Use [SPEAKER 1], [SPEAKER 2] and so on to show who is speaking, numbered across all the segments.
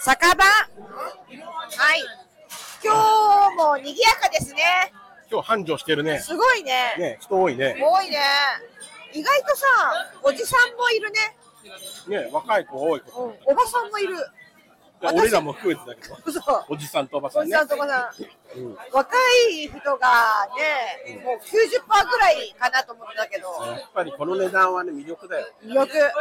[SPEAKER 1] 酒場はい今日も賑やかですね
[SPEAKER 2] 今日繁盛してるね。
[SPEAKER 1] すごいね
[SPEAKER 2] ね、人多いね。
[SPEAKER 1] 多いね意外とさおじさんもいるね、
[SPEAKER 2] ね、若い子多い
[SPEAKER 1] うん
[SPEAKER 2] 子。、
[SPEAKER 1] おばさんもいる
[SPEAKER 2] で
[SPEAKER 1] 私
[SPEAKER 2] 俺らも含めてだけど。
[SPEAKER 1] 嘘
[SPEAKER 2] おじさんとおばさ
[SPEAKER 1] お
[SPEAKER 2] ん
[SPEAKER 1] じ
[SPEAKER 2] ね
[SPEAKER 1] さ。んとおばさん
[SPEAKER 2] うん
[SPEAKER 1] 若い人がねもう90%ぐらいかなと思ってたけど
[SPEAKER 2] やっぱりこの値段はね、魅力だよ。
[SPEAKER 1] よくいや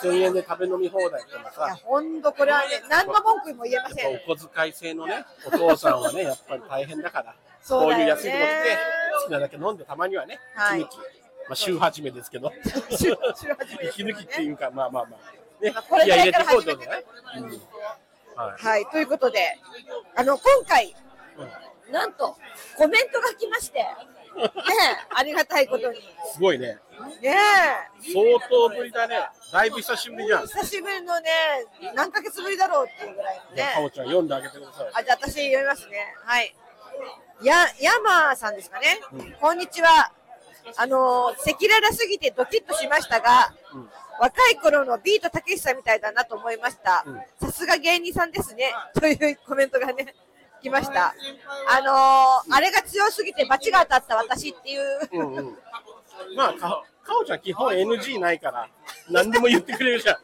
[SPEAKER 2] 2000円で食べ飲み放題ってのはさ、
[SPEAKER 1] ほんとこれはね何の文句も言えませ
[SPEAKER 2] やっ
[SPEAKER 1] ん
[SPEAKER 2] ぱお小遣い制のね、お父さんはね、やっぱり大変だから、
[SPEAKER 1] そう
[SPEAKER 2] こ
[SPEAKER 1] だ
[SPEAKER 2] ういう
[SPEAKER 1] よね
[SPEAKER 2] 安いとこ来て、好きなだけ飲んで、たまにはね、
[SPEAKER 1] はい
[SPEAKER 2] 息抜き、まあ、週始めですけど、
[SPEAKER 1] 週週初めです
[SPEAKER 2] 息
[SPEAKER 1] けどね
[SPEAKER 2] 抜きっていうか、まあまあまあ、ね
[SPEAKER 1] まあこれ、
[SPEAKER 2] 気
[SPEAKER 1] ぐら
[SPEAKER 2] 合
[SPEAKER 1] い
[SPEAKER 2] 入れて
[SPEAKER 1] か
[SPEAKER 2] い
[SPEAKER 1] ら
[SPEAKER 2] こう
[SPEAKER 1] 始
[SPEAKER 2] って
[SPEAKER 1] め
[SPEAKER 2] こと
[SPEAKER 1] て
[SPEAKER 2] ね。うんはい
[SPEAKER 1] はいということであの今回
[SPEAKER 2] うん
[SPEAKER 1] なんとコメントが来ましてねありがたいことに
[SPEAKER 2] すごいね、
[SPEAKER 1] ね
[SPEAKER 2] 相当ぶりだね、だいぶ久しぶりじゃん。じ
[SPEAKER 1] 久しぶりのね何ヶ月ぶりだろうっていうぐらいのね
[SPEAKER 2] ゃあ、かおちゃん、読んであげてください。
[SPEAKER 1] あ、じゃあ私読みますね。はい。や、ヤマーさんですかね。
[SPEAKER 2] うん
[SPEAKER 1] こんにちは。あのー、赤裸々すぎてドキッとしましたが、
[SPEAKER 2] うん
[SPEAKER 1] 若い頃のビートたけしさんみたいだなと思いました
[SPEAKER 2] うん。
[SPEAKER 1] さすが芸人さんですね。というコメントがね、来ました。あのー、あれが強すぎて罰が当たった私っていう、
[SPEAKER 2] うんうん、まあかお、かおちゃん、基本 NG ないから、何でも言ってくれるじゃん。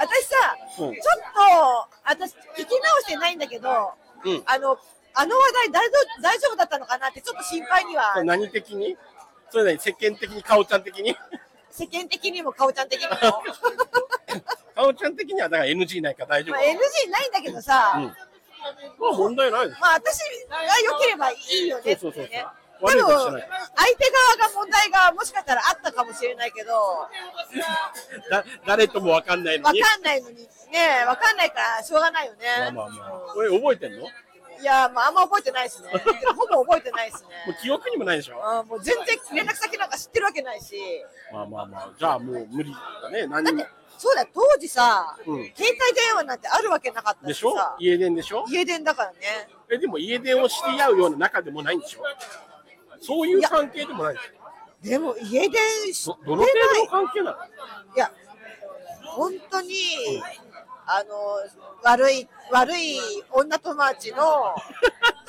[SPEAKER 1] 私さ、
[SPEAKER 2] うん
[SPEAKER 1] ちょっと、私、聞き直してないんだけど、
[SPEAKER 2] うん
[SPEAKER 1] あの、あの話題大丈夫大丈夫だったのかなってちょっと心配には
[SPEAKER 2] それ何的にそれ何世間的にかおちゃん的に
[SPEAKER 1] 世間的にもかおちゃん 的にもま
[SPEAKER 2] かおちゃん的にはだから NG ないから大丈夫
[SPEAKER 1] あ NG ないんだけどさ、
[SPEAKER 2] うんまあ問題ないで し
[SPEAKER 1] まあ私が良ければいいよねって
[SPEAKER 2] そ
[SPEAKER 1] いう
[SPEAKER 2] そうそう
[SPEAKER 1] うね
[SPEAKER 2] そう
[SPEAKER 1] でも
[SPEAKER 2] 悪いこと
[SPEAKER 1] 相
[SPEAKER 2] してな
[SPEAKER 1] 手
[SPEAKER 2] い
[SPEAKER 1] 側が問題がもしかしたらあったかもしれないけど
[SPEAKER 2] ょだ誰ともわかんないの
[SPEAKER 1] わ
[SPEAKER 2] に
[SPEAKER 1] かんないのにねわかんないからしょうがないよね、
[SPEAKER 2] まあまあまあこれ覚えてんのも
[SPEAKER 1] いやまああんま覚えてないですねほぼ覚えてないですね
[SPEAKER 2] う記憶にもないでしょ
[SPEAKER 1] あもう全然連絡先なんか知ってるわけないし
[SPEAKER 2] まあまあまあじゃあもう無理だね
[SPEAKER 1] だ
[SPEAKER 2] 何
[SPEAKER 1] っ
[SPEAKER 2] も
[SPEAKER 1] てそうだよ当時さ、
[SPEAKER 2] うん
[SPEAKER 1] 携帯電話なんてあるわけなかった
[SPEAKER 2] で
[SPEAKER 1] し
[SPEAKER 2] しょ
[SPEAKER 1] さ
[SPEAKER 2] 家電でしょ
[SPEAKER 1] 家電だからね
[SPEAKER 2] えでも家電を知り合うような仲でもないんでしょそういう関係でもないでし
[SPEAKER 1] でも家電知っ
[SPEAKER 2] ょ
[SPEAKER 1] て
[SPEAKER 2] どど
[SPEAKER 1] な
[SPEAKER 2] の
[SPEAKER 1] い
[SPEAKER 2] 程度の関係なの
[SPEAKER 1] いや、本当に、あの、悪い、悪い女友達の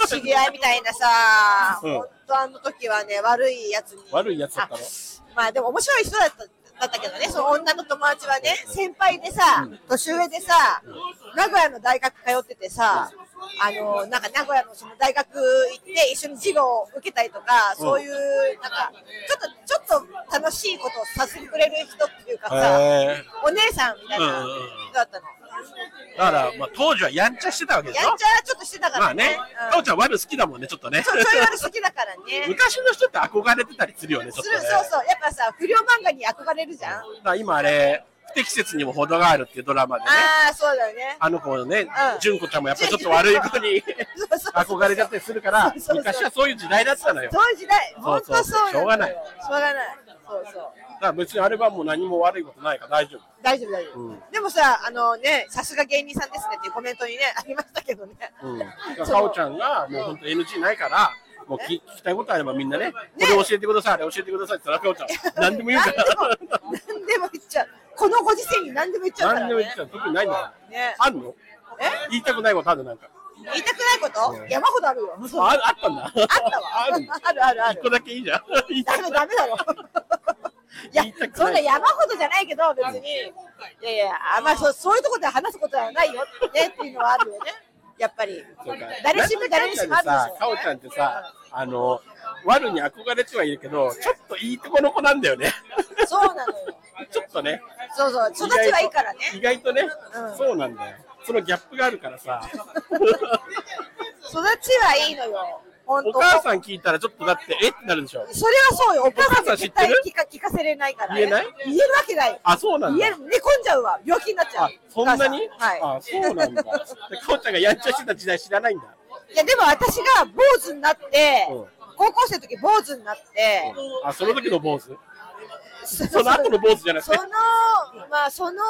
[SPEAKER 1] 知り合いみたいなさ、
[SPEAKER 2] うん
[SPEAKER 1] 本当あの時はね、悪いやつに。
[SPEAKER 2] 悪いやつだったの
[SPEAKER 1] あまあでも面白い人だった。だったけどね、その女の友達はね、先輩でさ、年上でさ、名古屋の大学通っててさ、あの、なんか名古屋のその大学行って一緒に授業を受けたりとか、そういう、なんか、ちょっと、ちょっと楽しいことをさせてくれる人っていうかさ、
[SPEAKER 2] へえ
[SPEAKER 1] お姉さんみたいな人だったの。
[SPEAKER 2] だから、まあ、当時はやんちゃしてたわけでし
[SPEAKER 1] や
[SPEAKER 2] ょ
[SPEAKER 1] んちゃちょっとしてたか
[SPEAKER 2] ま
[SPEAKER 1] ら
[SPEAKER 2] あね
[SPEAKER 1] ね。、
[SPEAKER 2] か
[SPEAKER 1] う
[SPEAKER 2] お
[SPEAKER 1] ん
[SPEAKER 2] ちゃん、ワル好きだもんね、ちょっとね。
[SPEAKER 1] そうちょい悪好きだからね。
[SPEAKER 2] 昔の人って憧れてたりするよね、ちょっ
[SPEAKER 1] す
[SPEAKER 2] と
[SPEAKER 1] る
[SPEAKER 2] ね。
[SPEAKER 1] そうそう、やっぱさ、不良漫画に憧れるじゃん。あ
[SPEAKER 2] だから今あれ、不適切にも程があるっていうドラマでね、
[SPEAKER 1] あー、そうだよね。
[SPEAKER 2] あの子のね
[SPEAKER 1] うん、
[SPEAKER 2] 純子ちゃんもやっぱりちょっと悪い子 に
[SPEAKER 1] そうそうそう
[SPEAKER 2] 憧れちゃったりするから
[SPEAKER 1] そうそう、そう
[SPEAKER 2] 昔はそういう時代だったのよ。だか
[SPEAKER 1] そういう時代、
[SPEAKER 2] そう
[SPEAKER 1] 本
[SPEAKER 2] そう
[SPEAKER 1] 当
[SPEAKER 2] そう
[SPEAKER 1] そうなのよ
[SPEAKER 2] しょうがない。
[SPEAKER 1] しょうがない。そうそう。
[SPEAKER 2] ら別にあれはもう何も悪いことないから大丈夫。
[SPEAKER 1] 大丈夫大丈夫、
[SPEAKER 2] うん
[SPEAKER 1] でもさあのねさすが芸人さんですねっていうコメントにねありましたけどね、
[SPEAKER 2] うん。だから
[SPEAKER 1] そう
[SPEAKER 2] かおちゃんがもう本当 NG ないから、もう聞き聞きたいことあればみんなね、これ教えてください、あれ教えてくださいって言ったらかおちゃん、何でも言うか
[SPEAKER 1] 何でも
[SPEAKER 2] ら。
[SPEAKER 1] 何でも言っちゃうこのご時世に何でも言っちゃうから
[SPEAKER 2] 何
[SPEAKER 1] ね
[SPEAKER 2] でも言っちゃう。特にないんだから。
[SPEAKER 1] ね
[SPEAKER 2] あんの
[SPEAKER 1] え
[SPEAKER 2] 言いたくないことあるなんか。
[SPEAKER 1] 言いたくないこと、山ほどあるよ
[SPEAKER 2] あああったんだ。あっ
[SPEAKER 1] ったわ
[SPEAKER 2] あるの。
[SPEAKER 1] あるあるある
[SPEAKER 2] 一個だけいいじゃん。言い
[SPEAKER 1] ダ
[SPEAKER 2] たく
[SPEAKER 1] メ
[SPEAKER 2] な
[SPEAKER 1] ダ
[SPEAKER 2] い
[SPEAKER 1] メだろいや
[SPEAKER 2] 言いたくない
[SPEAKER 1] そんな山ほどじゃないけど別にいやいやあんまりそうそういうところで話すことはないよねっていうのはあるよねやっぱり
[SPEAKER 2] そうか
[SPEAKER 1] 誰しも誰にしもあるでし
[SPEAKER 2] なんだか
[SPEAKER 1] ょ
[SPEAKER 2] んだでさかおちゃんってさ、あの、ワルに憧れてはいるけど、ちょっといいとこの子なんだよね。
[SPEAKER 1] そうなのよ
[SPEAKER 2] ちょっとね。
[SPEAKER 1] そうそう育ちはいいからね
[SPEAKER 2] 意外とね、
[SPEAKER 1] うん
[SPEAKER 2] そうなんだよ。そのギャップがあるからさ。
[SPEAKER 1] 育ちはいいのよ本
[SPEAKER 2] お
[SPEAKER 1] 当
[SPEAKER 2] 母さん聞いたらちょっとだって、えってなるでしょ。
[SPEAKER 1] それはそうよ。お母さん
[SPEAKER 2] お母さん
[SPEAKER 1] が
[SPEAKER 2] 知っ
[SPEAKER 1] 絶
[SPEAKER 2] て
[SPEAKER 1] 対
[SPEAKER 2] る
[SPEAKER 1] 聞か聞かせれないから、ね。
[SPEAKER 2] 言えない
[SPEAKER 1] 言えるわけない。
[SPEAKER 2] あ、そうなん
[SPEAKER 1] 言
[SPEAKER 2] だ
[SPEAKER 1] え。る。寝込んじゃうわ。病気になっちゃう
[SPEAKER 2] あ。、そんなに
[SPEAKER 1] お母さんは
[SPEAKER 2] あ、そうなん だ。でかおちゃんがやんちゃしてた時代知らないん だ。
[SPEAKER 1] い。いや、でも私が坊主になって、
[SPEAKER 2] うん
[SPEAKER 1] 高校生の時坊主になって、
[SPEAKER 2] あ、その時の坊主
[SPEAKER 1] そ
[SPEAKER 2] その後の坊主じゃなく
[SPEAKER 1] そ
[SPEAKER 2] て
[SPEAKER 1] の。、まあ、その、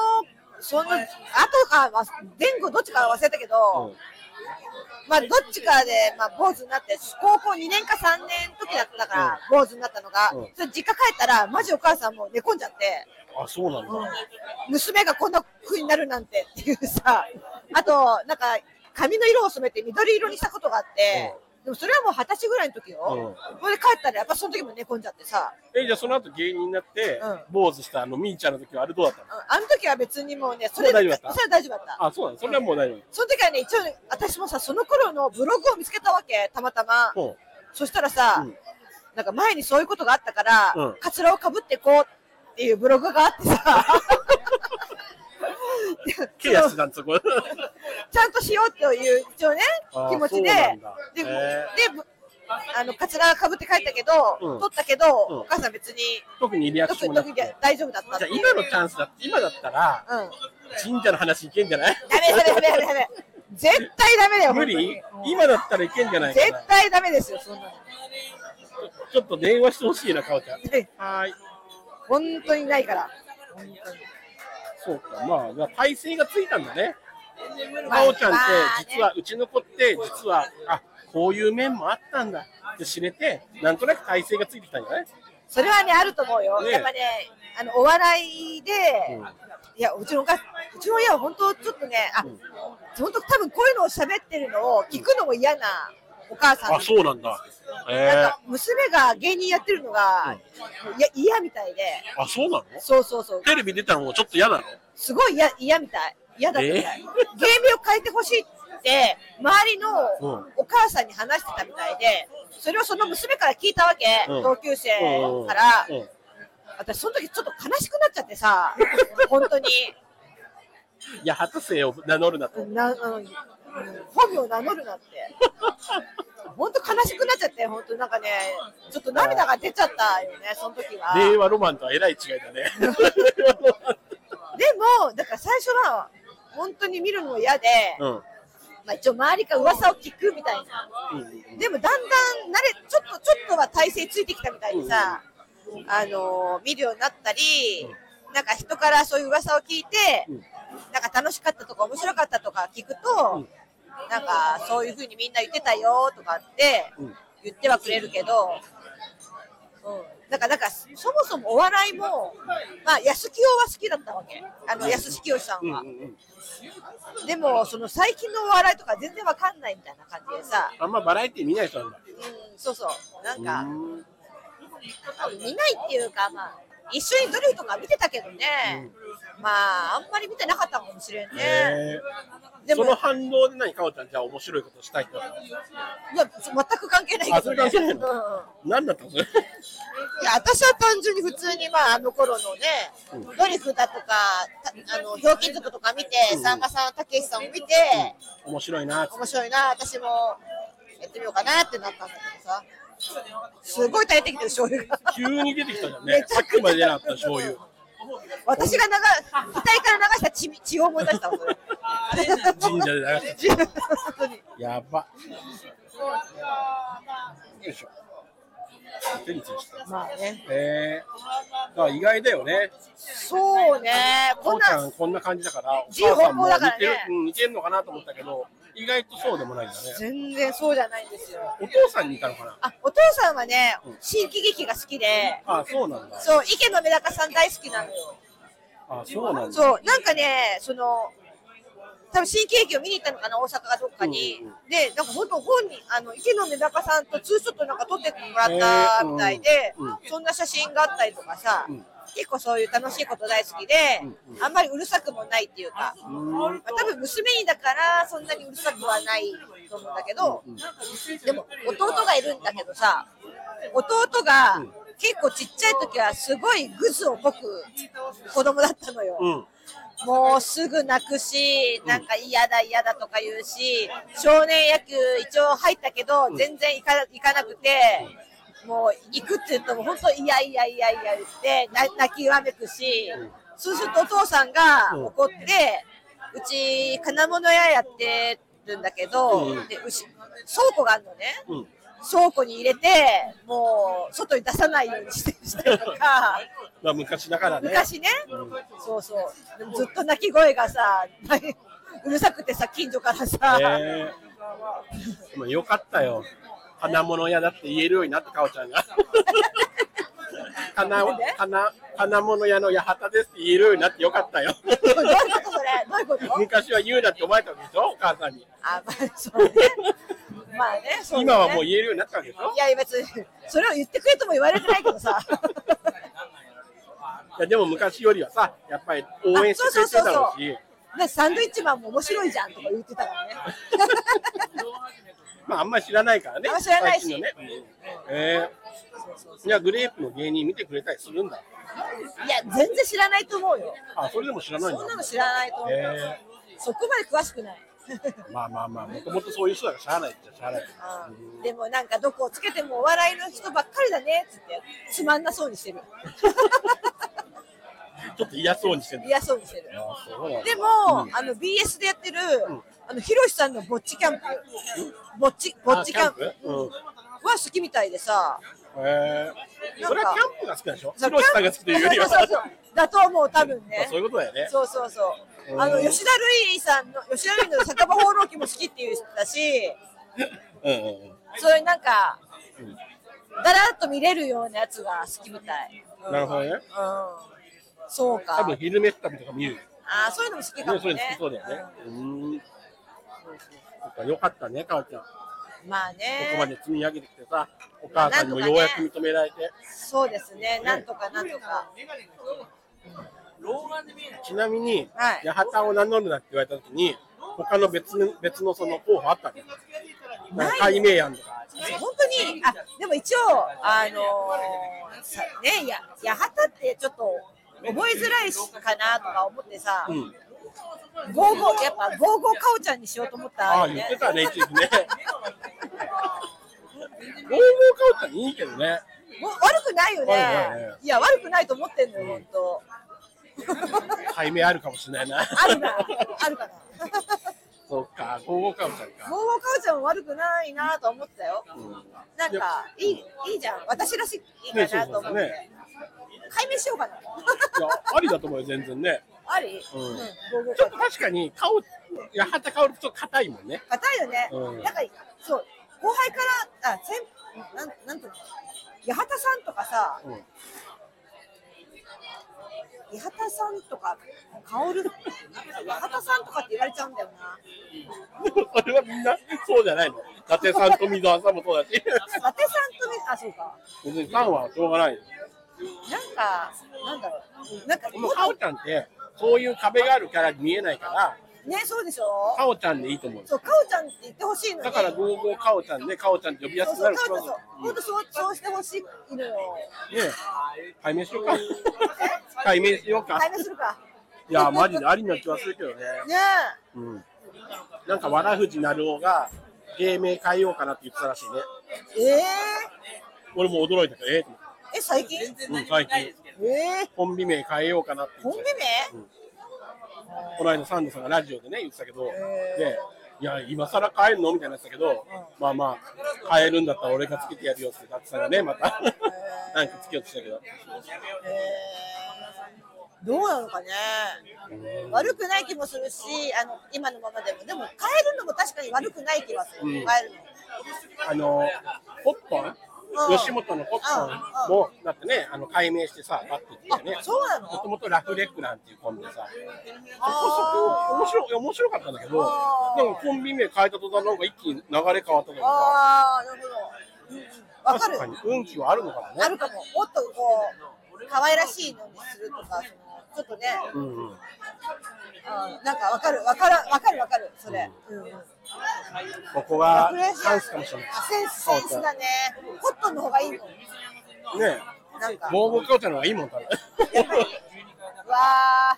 [SPEAKER 1] その後か、まあ前後どっちか忘れたけど、
[SPEAKER 2] うん
[SPEAKER 1] まあ、どっちかで、まあ、坊主になって、高校2年か3年の時だったから、坊主になったのが、
[SPEAKER 2] うん
[SPEAKER 1] それ実家帰ったら、マジお母さんもう寝込んじゃって、
[SPEAKER 2] あ、そうなんだ。
[SPEAKER 1] 娘がこんな風になるなんてっていうさ、あと、なんか、髪の色を染めて緑色にしたことがあって、でもそれはもう二十歳ぐらいの時よ。それで帰ったら、やっぱその時も寝込んじゃってさ、
[SPEAKER 2] え、じゃあその後芸人になって
[SPEAKER 1] うん、
[SPEAKER 2] 坊主したあの、みーちゃんの時はあれどうだったの
[SPEAKER 1] うんあの時は別にもうね、それ
[SPEAKER 2] それは大丈夫
[SPEAKER 1] で
[SPEAKER 2] だっ
[SPEAKER 1] それ
[SPEAKER 2] た
[SPEAKER 1] は大丈夫だった。
[SPEAKER 2] あ、そうなのそれはもう大丈
[SPEAKER 1] その時はね、一応ね、私もさ、その頃のブログを見つけたわけ、たまたま。
[SPEAKER 2] 夫。
[SPEAKER 1] そしたらさ、
[SPEAKER 2] うん
[SPEAKER 1] なんか前にそういうことがあったから、
[SPEAKER 2] うん
[SPEAKER 1] カツラをかぶってこうっていうブログがあってさ、
[SPEAKER 2] ケアしてたんですよ、これ。
[SPEAKER 1] ちゃんとしようっていう一応ね、
[SPEAKER 2] あ
[SPEAKER 1] 気持ちで
[SPEAKER 2] そうなんだ、
[SPEAKER 1] で、
[SPEAKER 2] へ
[SPEAKER 1] で
[SPEAKER 2] え、
[SPEAKER 1] ぶあの、カツラかぶって帰ったけど、
[SPEAKER 2] うん
[SPEAKER 1] 取ったけど、
[SPEAKER 2] うん
[SPEAKER 1] お母さん別に、
[SPEAKER 2] 特にリアクショ
[SPEAKER 1] 特
[SPEAKER 2] ンも
[SPEAKER 1] に
[SPEAKER 2] な
[SPEAKER 1] 特
[SPEAKER 2] く
[SPEAKER 1] に
[SPEAKER 2] て。
[SPEAKER 1] 大丈夫だったっ
[SPEAKER 2] じ
[SPEAKER 1] て
[SPEAKER 2] ゃあ
[SPEAKER 1] いう。
[SPEAKER 2] 今のチャンスだって、今だったら、
[SPEAKER 1] うん。
[SPEAKER 2] 神社の話いけんじゃない
[SPEAKER 1] ダメダメダメダメダメ。絶対ダメだよ、本
[SPEAKER 2] 無
[SPEAKER 1] 当
[SPEAKER 2] 理
[SPEAKER 1] に
[SPEAKER 2] 今だったらいけんじゃないか
[SPEAKER 1] 絶
[SPEAKER 2] な。
[SPEAKER 1] 対ダメですよ、そんなの。
[SPEAKER 2] ちょっと電話してほしいな、かおちゃん。はーい。
[SPEAKER 1] 本当にないから。
[SPEAKER 2] そうか、まあ、じゃあ体勢がついたんだね。
[SPEAKER 1] まあ
[SPEAKER 2] かおちゃんっ
[SPEAKER 1] まあね
[SPEAKER 2] て、実は、うちの子って、実は、あ、こういう面もあったんだって知れて、なんとなく体勢がついてきたんじゃない
[SPEAKER 1] それはね、あると思うよ。
[SPEAKER 2] ね
[SPEAKER 1] やっぱね、あの、お笑いで、
[SPEAKER 2] うん
[SPEAKER 1] いや、うちのお母うちの親は本当ちょっとね、あ、
[SPEAKER 2] ん
[SPEAKER 1] 本当多分こういうのを喋ってるのを聞くのも嫌なお母さん。
[SPEAKER 2] そうなんだ。
[SPEAKER 1] なんか娘が芸人やってるのが、いや嫌みたいで、
[SPEAKER 2] あ、そうなの
[SPEAKER 1] そうそうそう、
[SPEAKER 2] テレビ出たのもちょっと嫌なの
[SPEAKER 1] すごい嫌嫌みたい。嫌だったみたい。
[SPEAKER 2] え
[SPEAKER 1] 芸名を変えてほしいって、周りの
[SPEAKER 2] うん
[SPEAKER 1] お母さんに話してたみたいで、それをその娘から聞いたわけ、
[SPEAKER 2] うん
[SPEAKER 1] 同級生から。
[SPEAKER 2] うんうん
[SPEAKER 1] 私その時ちょっと悲しくなっちゃって さ本当に
[SPEAKER 2] いや、鳩生を名乗るなと。
[SPEAKER 1] なあのうん本名を名乗るなって本当悲しくなっちゃって本当なんかねちょっと涙が出ちゃったよねその時は
[SPEAKER 2] 令
[SPEAKER 1] で
[SPEAKER 2] 和ロマンとはえらい違いだね。
[SPEAKER 1] もだから最初は本当に見るのも嫌で、
[SPEAKER 2] うん。うん
[SPEAKER 1] まあ、一応周りから噂を聞くみたいなでもだんだん慣れちょっとちょっとは体勢ついてきたみたいにさ、あのー見るようになったり、なんか人からそういう噂を聞いて、
[SPEAKER 2] うん
[SPEAKER 1] なんか楽しかったとか面白かったとか聞くと、
[SPEAKER 2] うん
[SPEAKER 1] なんかそういうふうにみんな言ってたよとかって
[SPEAKER 2] うんうん。
[SPEAKER 1] 言ってはくれるけど、うん、なんかなんかそもそもお笑いも、まあ安清は好きだったわけあの安清さん
[SPEAKER 2] うんう
[SPEAKER 1] は、
[SPEAKER 2] んうん。
[SPEAKER 1] でもその最近のお笑いとか全然わかんないみたいな感じでさ、
[SPEAKER 2] あんまバラエティ見ない人なんだ。
[SPEAKER 1] うん、そうそうなんか、
[SPEAKER 2] うん
[SPEAKER 1] あ見ないっていうか、まあ、一緒にドリフとか見てたけどね、まあ、あんまり見てなかったかもしれんね。
[SPEAKER 2] へ
[SPEAKER 1] で
[SPEAKER 2] え
[SPEAKER 1] も
[SPEAKER 2] その反応で何かおちゃんじゃあ面白いことしたいってこと
[SPEAKER 1] いや、全く関係ない
[SPEAKER 2] あそれ関係ないの
[SPEAKER 1] うん
[SPEAKER 2] 何だったのそれ
[SPEAKER 1] いや、私は単純に普通に、まあ、あの頃のね、ドリフだとか、たあの、ひょうきん族とか見て、
[SPEAKER 2] うん
[SPEAKER 1] さんまさん、たけしさんを見て、
[SPEAKER 2] 面白いなって
[SPEAKER 1] 面白いな、私もやってみようかなってなったんだけどさ、すごい耐えてきてる醤油 が。
[SPEAKER 2] 急に出てきたじゃんねさっきまで出なかった醤油
[SPEAKER 1] 私が流、額から流した血血を思い出したわ、それ。
[SPEAKER 2] 神社で流し
[SPEAKER 1] 本当に。
[SPEAKER 2] たやばよいしょ手についちゃっ
[SPEAKER 1] まあね。
[SPEAKER 2] たへえだから意外だよね
[SPEAKER 1] そうね。こ
[SPEAKER 2] こ
[SPEAKER 1] ん
[SPEAKER 2] うちゃ、
[SPEAKER 1] なん
[SPEAKER 2] こんな感じだからお
[SPEAKER 1] 自由
[SPEAKER 2] 母さんも
[SPEAKER 1] 奔放だからね
[SPEAKER 2] 似てる、うん、似てるのかなと思ったけど意外とそうでもないんだね
[SPEAKER 1] 全然そうじゃないんですよ。
[SPEAKER 2] お父さんにいたのかな
[SPEAKER 1] あ、お父さんはね、新喜劇が好きで、
[SPEAKER 2] あそうなんだ
[SPEAKER 1] そう、池野メダカさん大好きなのよ。
[SPEAKER 2] あそうなんだ
[SPEAKER 1] そう、なんかね、その、多分新喜劇を見に行ったのかな、大阪かどっかに
[SPEAKER 2] うんうん。
[SPEAKER 1] で、なんか本当本人、あの、池野メダカさんとツーショットなんか撮ってもらったみたいで
[SPEAKER 2] へーうんうん、
[SPEAKER 1] そんな写真があったりとかさ
[SPEAKER 2] うん、
[SPEAKER 1] 結構そういう楽しいこと大好きで、あんまりうるさくもないっていうか、
[SPEAKER 2] うん
[SPEAKER 1] まあ多分娘にだからそんなにうるさくはないと思うんだけど、でも弟がいるんだけどさ弟が結構ちっちゃい時はすごいグズをこく子供だったのよ、
[SPEAKER 2] うん
[SPEAKER 1] もうすぐ泣くしなんか嫌だ嫌だとか言うし少年野球一応入ったけど全然行か行かなくて。もう行くって言っても本当いやいやいやいや言ってな泣きわめくし、そうするとお父さんが怒って、うち金物屋やってるんだけど、
[SPEAKER 2] うん
[SPEAKER 1] でうし倉庫があるのね
[SPEAKER 2] うん
[SPEAKER 1] 倉庫に入れてもう外に出さないようにしてしたりとか
[SPEAKER 2] まあ昔だからね
[SPEAKER 1] 昔ね
[SPEAKER 2] うん
[SPEAKER 1] そうそうでもずっと泣き声がさ うるさくてさ近所からさ、
[SPEAKER 2] えー、でもよかったよ。花物屋だって言えるようになって、かおちゃんが。金
[SPEAKER 1] なんで
[SPEAKER 2] 金金物屋の八幡ですって言えるようになってよかったよ。
[SPEAKER 1] どういうことそれどういうこと
[SPEAKER 2] 昔は言うなって思われたわけでしょ、お母さんに。
[SPEAKER 1] あ、まあ、そうね。まあね、そうね
[SPEAKER 2] 今はもう言えるようになったわけでしょ。
[SPEAKER 1] いや、別に、それを言ってくれとも言われてないけどさ。
[SPEAKER 2] いやでも昔よりはさ、やっぱり応援してくれてたろうし、
[SPEAKER 1] ね、サンドイッチマンも面白いじゃんとか言ってたからね。
[SPEAKER 2] まああんまり知らないからね。
[SPEAKER 1] あ知らないし
[SPEAKER 2] 最近のね。うんえー、じゃあグレープの芸人見てくれたりするんだ。
[SPEAKER 1] いや、全然知らないと思うよ。
[SPEAKER 2] あ、それでも知らないん
[SPEAKER 1] そ
[SPEAKER 2] だ
[SPEAKER 1] んな。の知らないと思う。
[SPEAKER 2] え
[SPEAKER 1] そこまで詳しくない。
[SPEAKER 2] ー、まあまあまあ、もともとそういう人だからしゃあないっちゃしゃあない。
[SPEAKER 1] うんでもなんかどこをつけてもお笑いの人ばっかりだねっつってつまんなそうにしてる
[SPEAKER 2] ちょっと嫌そうにしてるんだ。
[SPEAKER 1] 嫌そうにしてる
[SPEAKER 2] あそうなんだ
[SPEAKER 1] でも、あの BS でやってる、あのひろしさんのぼっちキャンプぼっちぼっちキャンプ
[SPEAKER 2] あキャンプうん
[SPEAKER 1] は好きみたいでさ
[SPEAKER 2] えー、それはキャンプが好きなんでしょヒロシさんが好きと
[SPEAKER 1] キ
[SPEAKER 2] い
[SPEAKER 1] ャ
[SPEAKER 2] うよ
[SPEAKER 1] ンプ
[SPEAKER 2] りは。
[SPEAKER 1] そうそうそうだと思う多分
[SPEAKER 2] まあ
[SPEAKER 1] ね
[SPEAKER 2] そういうことだよね。
[SPEAKER 1] そうそうそうあの吉田類さんの吉田類の酒場放浪記も好きって言ってたし
[SPEAKER 2] うんうんうん。
[SPEAKER 1] そういうなんかだらっと見れるようなやつが好きみたい、うん
[SPEAKER 2] なるほどね。
[SPEAKER 1] うんそう
[SPEAKER 2] 多
[SPEAKER 1] か。
[SPEAKER 2] 分昼飯食べとか見る。
[SPEAKER 1] ああ、そういうのも好きかも
[SPEAKER 2] ね、そ
[SPEAKER 1] ね
[SPEAKER 2] うです。そうだよね。うーん。そっかよかったね、かおちゃん。こ
[SPEAKER 1] うん。まあ
[SPEAKER 2] こま
[SPEAKER 1] ね。
[SPEAKER 2] で積み上げてきてさ、お母さんにもようやく認められて。
[SPEAKER 1] そうですね。なんとかなんとか。
[SPEAKER 2] ちなみに、
[SPEAKER 1] はい
[SPEAKER 2] 八幡を名乗るなって言われたときに、他の別の別のその候補あったね。なんか解明案とか。
[SPEAKER 1] 本当に、あ、でも一応、あのーさね、や、やはたってちょっと。覚えづらいしかなとか思ってさ、
[SPEAKER 2] うん。
[SPEAKER 1] ゴーゴー、やっぱゴーゴーかおちゃんにしようと思った、
[SPEAKER 2] ああ、言ってた ね、一時ね。ゴーゴーかおちゃんいいけどね。
[SPEAKER 1] もう悪くないよね。
[SPEAKER 2] 悪くないね
[SPEAKER 1] いや、悪くないと思ってんのよ、本当。
[SPEAKER 2] 解明あるかもしれないな。
[SPEAKER 1] あるな、あるかな。
[SPEAKER 2] そっか、ゴーゴーかおちゃん
[SPEAKER 1] ゴ
[SPEAKER 2] か。
[SPEAKER 1] ーゴーかおちゃんも悪くないなと思ったよ。なんか、いい、いいじゃん。私らしい、いいかなと思って。
[SPEAKER 2] ねそうそうね
[SPEAKER 1] 解明しようかな。
[SPEAKER 2] いや、ありだと思うよ、全然ね。
[SPEAKER 1] あり、
[SPEAKER 2] うん
[SPEAKER 1] ゴーゴー
[SPEAKER 2] ちょっ
[SPEAKER 1] かおちゃ
[SPEAKER 2] と
[SPEAKER 1] ん
[SPEAKER 2] 確かに、顔、八幡薫ちょっと硬いもんね。
[SPEAKER 1] 硬いよね。
[SPEAKER 2] うん
[SPEAKER 1] なんか、そう、後輩から、あ、先、なん、なんていうの。八幡さんとかさ、
[SPEAKER 2] うん。
[SPEAKER 1] 八幡さんとか、薫。八幡さんとかって言われちゃうんだよな。
[SPEAKER 2] それはみんなそうじゃないの。伊達さんと水沢さんもそうだし。
[SPEAKER 1] 伊達さんとみ、あ、そうか。
[SPEAKER 2] 別にさんはしょうがないよ。
[SPEAKER 1] なんか、なんだろう。なんか、
[SPEAKER 2] でもかおちゃんって、そういう壁があるから見えないから、
[SPEAKER 1] ね、そうでしょ
[SPEAKER 2] かおちゃんでいいと思う。
[SPEAKER 1] そう、かおちゃんって言ってほしいのに。
[SPEAKER 2] だから、ゴーゴーかおちゃんで、かおちゃんって呼びや
[SPEAKER 1] そう
[SPEAKER 2] すく
[SPEAKER 1] そ
[SPEAKER 2] な
[SPEAKER 1] う、かお
[SPEAKER 2] る人は
[SPEAKER 1] ちゃん、そう、本当そう、そうしてほしいのよ。
[SPEAKER 2] ねえ、解明しようか。解明しようか。
[SPEAKER 1] 解明するか。
[SPEAKER 2] いや、マジでありな気はするけどね。
[SPEAKER 1] ね
[SPEAKER 2] うん。なんか、わらふじなるおが、芸名変えようかなって言ってたらしいね。
[SPEAKER 1] え。え
[SPEAKER 2] 俺も驚いたけど、え
[SPEAKER 1] ー、え、最近。
[SPEAKER 2] ーうん、最近、
[SPEAKER 1] えー、
[SPEAKER 2] コンビ名変えようかなって言
[SPEAKER 1] コ
[SPEAKER 2] っ
[SPEAKER 1] ンビ
[SPEAKER 2] て
[SPEAKER 1] 名。
[SPEAKER 2] この間サンドさんがラジオでね言ってたけど、
[SPEAKER 1] へー
[SPEAKER 2] でいや今更変えるのみたいなやつだけど、まあまあ変えるんだったら俺がつけてやるよってたくさんがねまたなんかつけようとしたけど
[SPEAKER 1] えーどうなのかね。悪くない気もするし、あの、今のままでも、でも、変えるのも確かに悪くない気はする。
[SPEAKER 2] うん
[SPEAKER 1] 変えるの。
[SPEAKER 2] あのコット
[SPEAKER 1] うん
[SPEAKER 2] ン吉本のコットンもだってねあの改名してさだって言ってたよ
[SPEAKER 1] あ
[SPEAKER 2] ね
[SPEAKER 1] そうなの
[SPEAKER 2] もともとラフレクランっていうコンビでさ
[SPEAKER 1] あ
[SPEAKER 2] 面白い面白かったんだけど
[SPEAKER 1] あー
[SPEAKER 2] でもコンビ名変えた途端なんか一気に流れ変わったと
[SPEAKER 1] ー
[SPEAKER 2] か
[SPEAKER 1] あー、なるほど。うんうんわ、かる
[SPEAKER 2] 確。かに運気はあるのかもね
[SPEAKER 1] あるかも。もっとこう、可愛らしいのにするとか、そのちょっとね、
[SPEAKER 2] うんうん
[SPEAKER 1] あーなんかわかる、わから、わかるわかる、それ。うんうん
[SPEAKER 2] ここが
[SPEAKER 1] プレッシ
[SPEAKER 2] チ
[SPEAKER 1] ャ
[SPEAKER 2] ャ
[SPEAKER 1] ー
[SPEAKER 2] ンスかもしれない
[SPEAKER 1] あセンス、センスだね。コットンの方がいいもん。
[SPEAKER 2] ね
[SPEAKER 1] なんか。
[SPEAKER 2] 防護協定の方がいいもんだね
[SPEAKER 1] やっぱり。うわあ、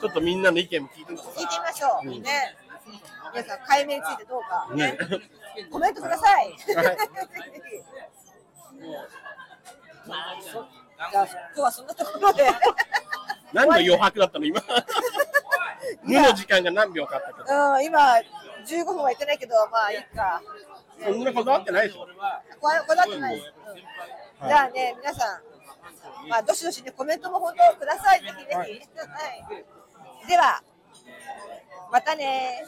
[SPEAKER 2] ちょっとみんなの意見も聞いてみて
[SPEAKER 1] 聞いてみましょう。
[SPEAKER 2] うん
[SPEAKER 1] ね。皆さん、解明についてどうか。
[SPEAKER 2] ね
[SPEAKER 1] コメントください。
[SPEAKER 2] はい
[SPEAKER 1] まあそじゃあ今日はそんなところで。
[SPEAKER 2] 何の余白だったの今無の時間が何秒かあったけ
[SPEAKER 1] うん、今、15分は行ってないけど、まあいいか。
[SPEAKER 2] どそんなこだわってないでしょ
[SPEAKER 1] こわこだわってないです。うん
[SPEAKER 2] はい
[SPEAKER 1] じゃあね、皆さん、まあ、どしどしね、コメントも本当ください。ぜひぜひ。
[SPEAKER 2] は
[SPEAKER 1] はい、では、またね